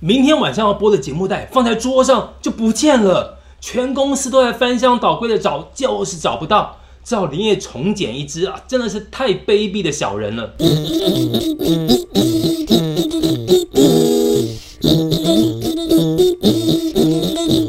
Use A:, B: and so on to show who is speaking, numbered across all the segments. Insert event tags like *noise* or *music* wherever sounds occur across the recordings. A: 明天晚上要播的节目带放在桌上就不见了，全公司都在翻箱倒柜的找，就是找不到。只好连夜重剪一只啊，真的是太卑鄙的小人了。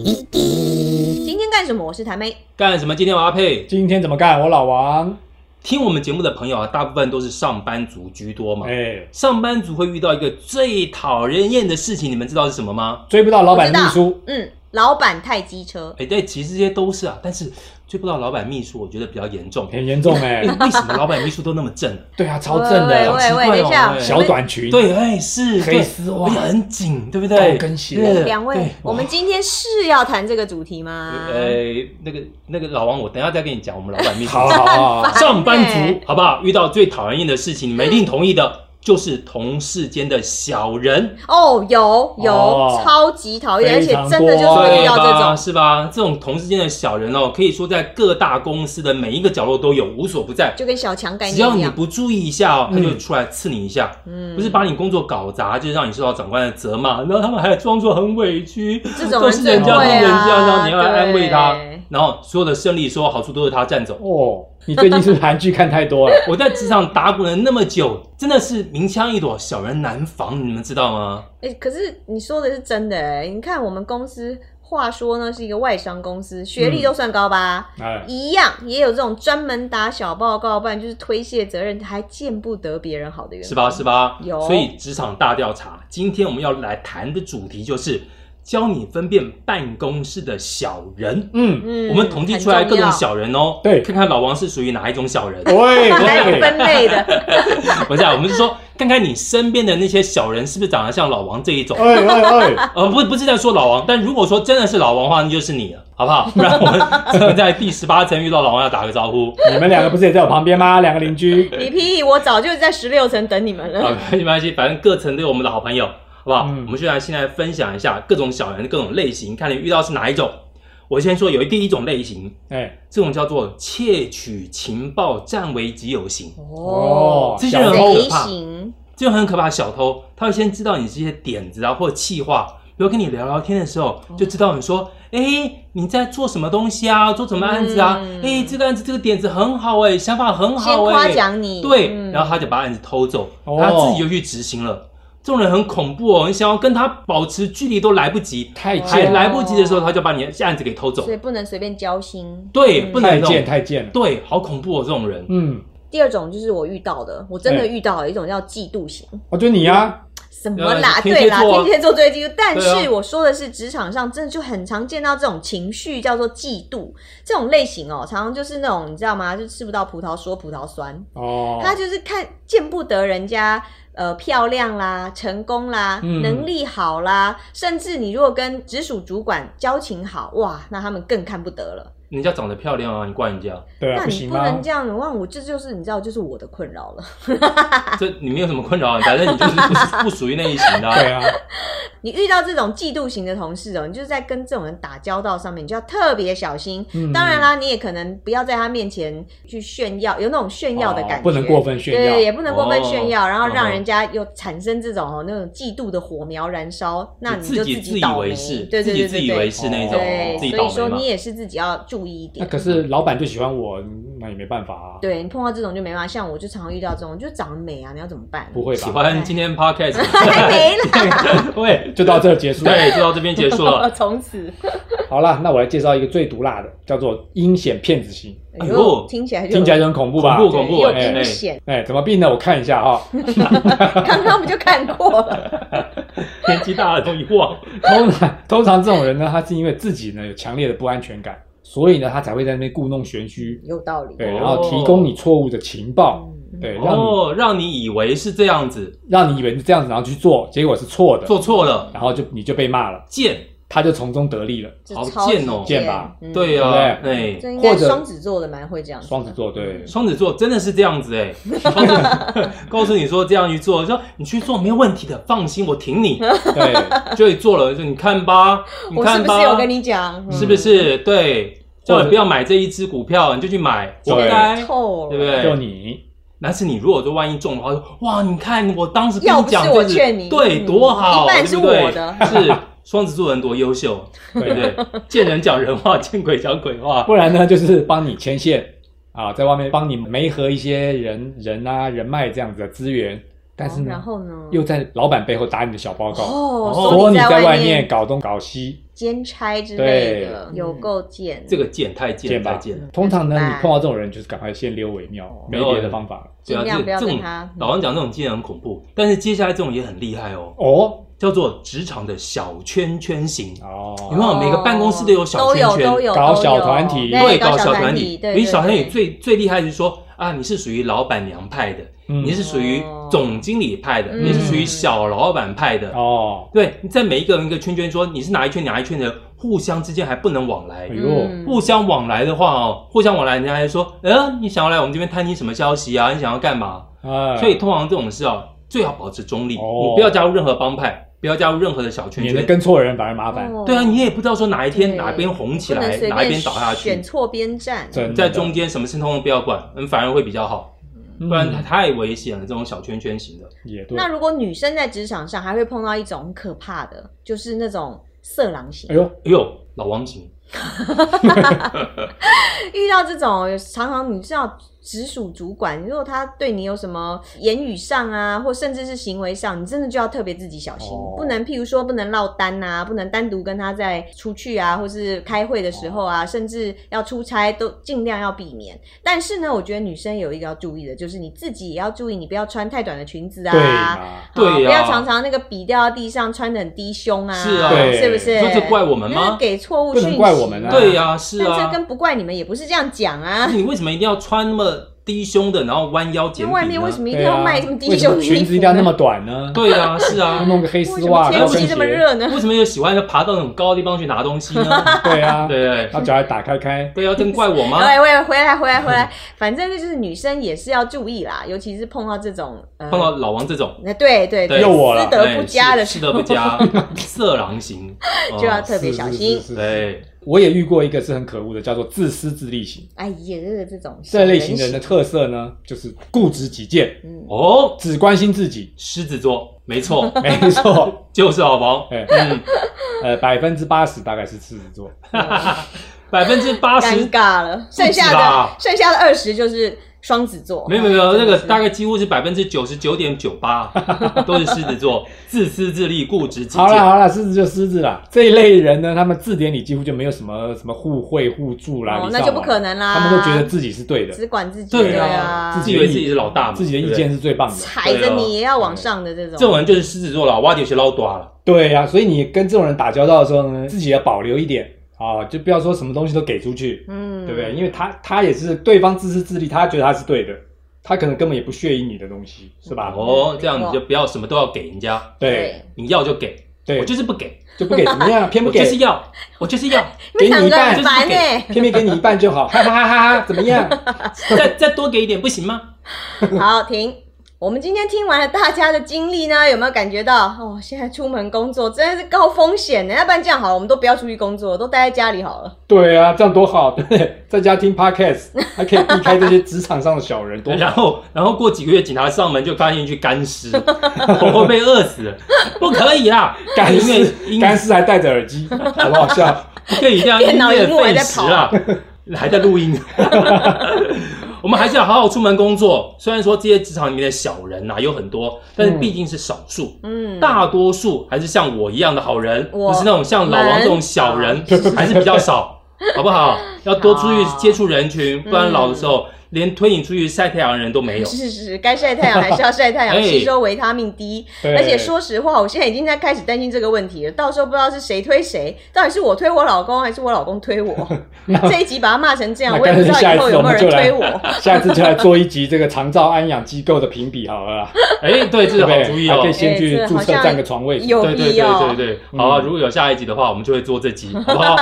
B: 今天干什么？我是谭妹。
A: 干什么？今天我要配。
C: 今天怎么干？我老王，
A: 听我们节目的朋友啊，大部分都是上班族居多嘛。
C: 哎，
A: 上班族会遇到一个最讨人厌的事情，你们知道是什么吗？
C: 追不到老板秘
B: 我
C: 书，
B: 嗯，老板太机车，
A: 哎，对，其实这些都是啊，但是追不到老板秘书，我觉得比较严重。
C: 很严重哎
B: *laughs*
A: 哎，。为什么老板秘书都那么
C: *laughs*
A: 正？
C: 对啊，超正的，
A: 好奇
B: 喂喂喂，
A: 怪哦
B: 等一下，
A: 喂
C: 小短裙，，
A: 对，哎，是
C: 黑
A: 对
C: 丝
A: 而
C: 袜
A: 且很紧，对不对？
C: 高跟鞋
A: 对
B: 两位
A: 对，
B: 我们今天是要谈这个主题吗？
A: 呃，那个那个老王，我等一下再跟你讲我们老板秘书。
C: 好好
B: *laughs*
C: 好好，
A: 上班族好不好？遇到最讨人厌的事情，你们一定同意的，就是同事间的小人，
B: 哦，有有，
C: 哦
B: 超级讨厌，而
C: 非
B: 且
C: 常
B: 真的就是
C: 多
B: 会遇
A: 对
B: 到这
A: 吧？
B: 种。
A: 是吧？这种同事间的小人哦，可以说在各大公司的每一个角落都有，无所不在。
B: 就跟小强概
A: 只要
B: 念一
A: 你
B: 样，
A: 不注意一下哦，他
C: 嗯
A: 就出来刺你一下，
B: 嗯
A: 不是把你工作搞砸，就是让你受到长官的责骂，然后他们还装作很委屈，
B: 这种
A: 都
B: 人
A: 是人
B: 最
A: 家
B: 会
A: 都
B: 啊
A: 人家，然后你要来安慰他
B: 对，
A: 然后所有的胜利、所有好处都是他占走。
C: 哦，你最近是不是韩剧看太多了？
B: *laughs*
A: *laughs* 我在职场打滚了那么久，真的是明枪易躲，小人难防，你们知道吗？
B: 哎、可是你说的是真的哎、你看我们公司，话说呢是一个外商公司，学历都算高
A: 嗯
B: 吧，
C: 哎，
B: 一样也有这种专门打小报告，不然就是推卸责任，还见不得别人好的员工，
A: 是吧？是吧？
B: 有
A: 所以职场大调查，今天我们要来谈的主题就是教你分辨办公室的小人。
C: 嗯，
B: 嗯
A: 我们统计出来各种，小人哦，
C: 对哦
A: 看看老王是属于哪一种小人。
B: *laughs*
C: 喂
B: 很重要很难
C: 喂，
B: 分类的。
A: *laughs* 不是、啊，我们是说看看你身边的那些小人是不是长得像老王这一种。
C: *laughs* 喂喂喂，
A: 呃，不，不是在说老王，但如果说真的是老王的话，那就是你了，好不好？不然我们真的在第十八层遇到老王要打个招呼。
C: 你们两个不是也在我旁边吗？两个邻居，
B: 你屁，我早就在十六层等你们
A: *laughs*
B: 了。
A: 啊，没关系，反正各层都有我们的好朋友，好不好？
C: 嗯
A: 我们就来现在分享一下各种小人、各种类型，看你遇到是哪一种。我先说有第一种类型，
C: 哎，
A: 这种叫做窃取情报占为己有型，
C: 哦，
A: 这些
C: 小
A: 人
C: 偷
A: 很
B: 贼
A: 可怕
B: 行，
A: 这种很可怕。小偷他会先知道你这些点子啊，或者气话，比如跟你聊聊天的时候，
B: 哦
A: 就知道你说，哎、你在做什么东西啊？做什么案子啊？哎、
B: 嗯
A: 这个案子这个点子很好哎、想法很
B: 先
A: 好哎、
B: 夸奖你，
A: 对，
B: 嗯
A: 然后他就把案子偷走，
C: 哦
A: 他自己就去执行了。这种人很恐怖哦，你想要跟他保持距离都来不及，还
C: 太贱，
A: 哎来不及的时候，他就把你的案子给偷走
B: 所。以不能随便交心。
A: 对，不能
C: 嗯太
A: 这
C: 贱，
A: 种，
C: 太贱了，
A: 对，好恐怖哦，这种人。
C: 嗯，
B: 第二种就是我遇到的，我真的
C: 哎
B: 遇到了一种叫嫉妒型。
C: 哦，就你啊，
B: 什么啦？
A: 呃
B: 对啦，
A: 天蝎座啊
B: 天蝎座最嫉妒。但
A: 对
B: 是
A: 啊
B: 我说的是职场上真的就很常见到这种情绪，叫做嫉妒这种类型哦，常常就是那种你知道吗？就吃不到葡萄说葡萄酸，
C: 哦，
B: 他就是看见不得人家呃漂亮啦、成功啦、
C: 嗯
B: 能力好啦，甚至你如果跟直属主管交情好，哇，那他们更看不得了。
A: 人家长得漂亮啊，你怪人家，
C: 对啊，
B: 那
C: 不
B: 你
C: 行
B: 不能
C: 吗
B: 这？样，哇，我这就是你知道，就是我的困扰了。 *laughs*
A: 这你没有什么困扰啊，反正你就是不是不属于那一型的啊、
C: 对啊，
B: 你遇到这种嫉妒型的同事哦，你就是在跟这种人打交道上面，你就要特别小心。
C: 嗯
B: 当然啦，你也可能不要在他面前去炫耀，有那种炫耀的感觉，
C: 哦不能过分炫
B: 对，也
C: 耀，
B: 不能过分炫耀，
A: 哦
B: 然后让
A: 哦
B: 人家又产生这种哦那种嫉妒的火苗燃烧，那
A: 你
B: 你就
A: 己
B: 自
A: 自
B: 倒
A: 以
B: 霉，
A: 为是，
B: 对对
A: 自己
B: 对
A: 自
B: 对
A: 以为
B: 对。
A: 是那种，
C: 哦
A: 自己
B: 对，所以
A: 倒
B: 说
A: 霉嘛
B: 你。也是自己要注意一
C: 那
B: 点。
C: 可是老板就喜欢我，那也没办法啊，
B: 对你碰到这种就没办法，像我就常遇到这种，就长得美啊，你要怎么办？
C: 不会
A: 喜
C: 吧？
A: 欢今天 podcast， *laughs*
B: 还 *laughs* 没啦，
C: 对，就到这儿结束。
A: 对，就到这边结束
B: *laughs*
A: 了。
B: 从此，
C: 好了，那我来介绍一个最毒辣的，叫做阴险骗子型，
A: 哎
B: 哎
A: 呦
B: 呦，听起来就
C: 听起来就很恐怖吧？
A: 恐怖恐怖，
B: 又
A: 哎
B: 阴
A: 哎
B: 险，
C: 哎，怎么病呢？我看一下啊哈、
B: 刚刚不就看过了？ *laughs*
A: 年纪大了都遗忘。
C: *laughs* 通常通常这种人呢，他是因为自己呢有强烈的不安全感，所以呢他才会在那边故弄玄虚，
B: 有道理。
C: 对，
A: 哦
C: 然后提供你错误的情报，
B: 嗯
C: 对，让你
A: 哦，让你以为是这样子，
C: 让你以为是这样子，然后去做，结果是错的，
A: 做错了，
C: 然后就你就被骂了，
A: 贱。
C: 他就从中得利了。
B: 这
A: 好
B: 超
A: 贱哦
B: 级
C: 贱吧？
B: 嗯
A: 对呀、啊，哎、
B: 这应该
C: 或者
B: 双子座的蛮会这样。
C: 双子，座
A: *laughs*
C: 对，
A: 双子座真的是这样子
B: *laughs*
A: 哎、双子告诉你说这样去做，说你去做没有问题的，放心，我挺
B: *laughs*
A: 你，
C: 对，
A: 就你做了，就你看吧，你
B: 我是
A: 看
B: 不
A: 吧，
B: 是有跟你讲？嗯
A: 是不是对，
C: 或
A: 叫
C: 者
A: 你不要买这一只股票，你就去买，活
C: 对
A: 该，
B: 透了？
A: 对不对
C: 就你
A: 但是你如果说万一中的话，说哇，你看我当时跟
B: 要
A: 你
B: 不是
A: 讲，
B: 我
A: 这样子
B: 劝你
A: 对，
B: 嗯
A: 多好，
B: 一半
A: 对
B: 是
A: 不对
B: 我的
A: 是双子座人多优秀，对不对？
B: *laughs*
A: 见人讲人话，见鬼讲鬼话，
C: 不然呢，就是帮你牵线啊，在外面帮你媒合一些人人啊人脉这样子的资源，但是
B: 哦然
C: 呢，
B: 后呢？
C: 又在老板背后打你的小报告，
B: 哦，
A: 哦
C: 说
B: 你
C: 你在
B: 外
C: 外面搞东搞西，
B: 兼差之类的，
A: 对
B: 有够贱。
A: 这个贱太贱
C: 见
A: 太
C: 吧
A: 贱了。。
C: 通常呢，
B: 怎么办
C: 你碰到这种人，就是赶快先溜为
A: 哦
C: 妙，没别的方法了。
A: 对啊，
B: 尽量
A: 这
B: 不要
A: 这种
B: 跟他嗯
A: 老王讲这种竟然很恐怖，但是接下来这种也很厉害哦，
C: 哦
A: 叫做职场的小圈圈型。有没
C: 哦，
A: 有每个办公室都有小圈圈
B: 哦都有都有
C: 搞
B: 都有
C: 小团体
B: 对，
A: 搞
B: 小
A: 团
B: 体，对，
A: 因为
B: 对
A: 小团体
B: 对
A: 最最厉害就是说啊，你是属于老板娘派的，
C: 嗯
A: 你是属于
B: 哦
A: 总经理派的，
B: 嗯
A: 你是属于小老板派的。
C: 哦，
A: 对，你在每一个人一个圈圈说你是哪一圈哪一圈的，互相之间还不能往来
C: 哎。呦
B: 嗯
A: 互相往来的话哦，互相往来，人家还说，呃，你想要来我们这边探听什么消息啊？你想要干嘛？
C: 啊，
A: 所以通常这种事啊，最好保持中立，
C: 哦
A: 你不要加入任何帮派，不要加入任何的小圈
C: 免得
A: 圈。
C: 跟错人反而麻烦。
B: 哦
A: 对啊，你也不知道说哪一
B: 对
A: 天哪边红起
B: 不能
A: 来，
B: 随
A: 哪一边
B: 便
A: 倒下去
B: 选。错边站。
C: 真的
A: 在中间什么事通通不要管，嗯，反而会比较好，不然
C: 嗯
A: 太危险了。这种小圈圈型的，
C: 也对。
B: 那如果女生在职场上还会碰到一种很可怕的，就是那种色狼型
C: 哎。呦，
A: 哎呦，老王型，
B: 遇到这种，常常你知道直属主管，如果他对你有什么言语上啊，或甚至是行为上，你真的就要特别自己小心，
C: 哦
B: 不能譬如说不能落单啊，不能单独跟他在出去啊，或是开会的时候啊，甚至要出差都尽量要避免。但是呢，我觉得女生有一个要注意的，就是你自己也要注意，你不要穿太短的裙子
C: 对
B: 啊。
C: 嘛，
B: 好
A: 对呀
B: 不要常常那个笔掉到地上，穿的很低胸啊，
A: 是啊
C: 对
B: 是不是？
A: 说这怪我们
B: 那
A: 吗？
B: 给错误
C: 不
B: 讯
C: 能
B: 息，
C: 怪我们啊
A: 对呀、是
B: 但
A: 啊
B: 嗯这，跟不怪你们也不是这样讲啊
A: 那。你为什么一定要穿那么低胸的，然后弯腰
B: 那
A: 减
B: 外
A: 笔
B: 面为
A: 呢
B: 什？么一定
C: 对
B: 要
C: 啊，
B: 卖这么低
C: 为什
B: 胸
C: 么
B: 的衣服呢？
C: 裙子一定要那么
B: *laughs*
C: 短呢？
A: 对啊，是啊
C: 要，弄个黑丝袜，
B: 为什
C: 高
B: 么天
C: 跟
B: 气
C: 鞋
B: 这么，热呢？
A: 为什么又喜欢要爬到那种高的地方去拿东西
B: *laughs*
A: 呢？
C: 对啊，
A: 对
C: 然后脚还打开开，
A: 对啊，真怪我吗？
B: 喂喂，回来回来回来，反正就是女生也是要注意啦，尤其是碰到这种呃，
A: 碰到老王这种，
B: 那对对
A: 对
B: 对，
C: 又我了哎
B: 私德不佳的
A: 是
B: 时
A: 德
B: 候
A: 不
B: *laughs*
A: 佳，色狼型，哦哎
B: 就要特别小心
C: 是。是是是
A: 对，
C: 哎我也遇过一个是很可恶的，叫做自私自利型。
B: 哎呀，这种
C: 这类型人的特色呢，就是固执己见，
B: 嗯，
A: 哦，
C: 只关心
B: *laughs*
C: 自己。
A: 狮子座，没错，
C: 没错，
A: 就是老王，
C: 哎，
A: 嗯，
C: 呃，百分之八十大概是狮子
A: *laughs*
C: 座。 *laughs*
A: 百分之八十
B: 尴尬了，剩下的
A: 吧
B: 剩下的二十就是双子座，
A: 没
B: 哎
A: 有没有，
B: 真
A: 那
B: 的
A: 个
B: 是
A: 大概几乎是百分之九十九点九
B: *laughs*
A: 八，都是狮子座，自私自利、固执己
C: 好啦
A: 见。
C: 好啦，狮子就狮子啦。这一类人呢，他们字典里几乎就没有什么什么互惠互助啦，
B: 哦，
C: 礼尚
B: 那
C: 往
B: 就不可能啦，
C: 他们都觉得自己是对的，
B: 只管自己，
A: 对
B: 啊，
A: 自己以为自己是老大嘛，
C: 自己的
A: 对
C: 意
A: 不对
C: 见是最棒的。
B: 踩着你也要往上的这
C: 啊
B: 种，
A: 这种人就是狮子座了，挖点血捞多了。
C: 对啊呀、所以你跟这种人打交道的时候呢，自己要保留一点啊，就不要说什么东西都给出去，
B: 嗯，
C: 对不对？因为他他也是对方自私自利，他觉得他是对的，他可能根本也不屑于你的东西，是吧？
B: 嗯
A: 哦，这样你就不要什么都要给人家，
C: 对
A: 你要就给，
C: 对，
A: 我就是不给，
C: 就不给，怎么
A: *laughs*
C: 样？偏不
A: 我
C: 给
A: 就，是要，我就是要，
B: *laughs*
C: 给
B: 两
C: 你一
B: 个
C: 半
B: 很
A: 就是
B: 烦
A: 不给
B: 哎、
C: 偏偏给你一半就好，哈哈哈哈哈，怎么样？ *laughs*
A: 再再多给一点不行吗？
B: *laughs* 好，停。我们今天听完了大家的经历呢，有没有感觉到哦？现在出门工作真的是高风险呢。要不然这样好了，我们都不要出去工作，都待在家里好
C: *laughs*
B: 了。
C: 对啊，这样多好，对不对？在家听 podcast，还可以避开这些职场上的小人，多
A: 然
C: 好。
A: 后然后过几个月，警察上门就发现一具干尸， *laughs* 我会被饿死，不可以啦，
C: 干
A: 音乐
C: 尸，
A: 音乐
C: 干尸还戴着耳机，好不好笑？
A: 可以这样
B: *laughs* 电
A: 音
B: 脑
A: 乐
B: 荧幕还
A: 费
B: 在
A: 时啊，还在录
C: *laughs*
A: 音。我们还是要好好出门工作。虽然说这些职场里面的小人呐、有很多，但是毕竟是少数，
B: 嗯，
A: 大多数还是像我一样的好人，
B: 我
A: 不是那种像老王这种小人，还是比较少，
B: *laughs*
A: 好不好？要多出去
B: 好嗯
A: 接触人群，不然老的时候、连推你出去晒太阳的人都没有。
B: 是是是，该晒太阳还是要晒
C: *laughs*
B: 太阳，
A: 哎
B: 吸收维他命 D。
C: 对
B: 而且说实话，我现在已经在开始担心这个问题了。到时候不知道是谁推谁，到底是我推我老公，还是我老公推
C: *laughs*
B: 我？这一集把他骂成这样，
C: 那
B: 我也不
C: 干
B: 知道
C: 脆下
B: 以
C: 一
B: 后
C: 次
B: 有
C: 我
B: 没有
C: 们
B: 人
C: 就来
B: 推我。，哎
C: 下次就来做一集这个长照安养机构的评比好了啦，
A: 哎，对，这
C: 对
A: 是好
C: 不对？
A: 主意
C: 还
A: 哦
C: 可以。先
B: 哎这
C: 去
B: 个
C: 注
B: 好
C: 册
B: 像
C: 占个床位。
B: 有
A: 对对
B: 必
A: 对
B: 要。
A: 对对，好、啊，如果有下一集的话，我们就会做这
B: *laughs*
A: 集，好不好？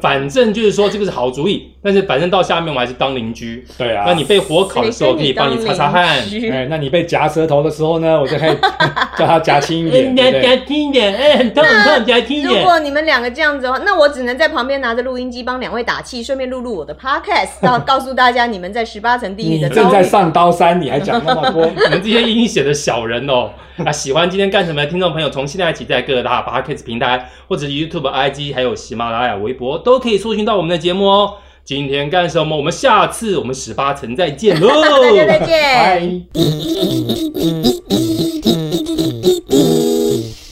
A: 反正就是说这个是好主意，但是反正到下面我们还是当邻居，
C: 对对啊，
A: 那你被火烤的时候，我可以帮你擦擦汗。
C: 哎，那你被夹舌头的时候呢，我就可以 *laughs* 叫他夹
A: *laughs*
C: 轻一点，对不对？
A: 听一点，哎，很痛很痛，夹轻
B: 如果你们两个这样子的话，哦那我只能在旁边拿着录音机帮两位打气，顺便录录我的 podcast，然后告诉大家你们在十八层地狱
C: 你
B: 的
C: 正
B: 遭
C: 在
B: 遇。
C: 上刀山，你还讲那么
B: *laughs*
C: 多？
A: 你们这些阴险的小人哦！啊，喜欢今天干什么的听众朋友，从现在起在各大 p o d c a s t 平台，或者 YouTube、IG，还有喜马拉雅、微博，都可以搜寻到我们的节目哦。今天干什么？我们下次我们十八层再见喽！
B: *laughs* 大家
A: 哎
B: 再见。
C: 嗨。
D: Thank you.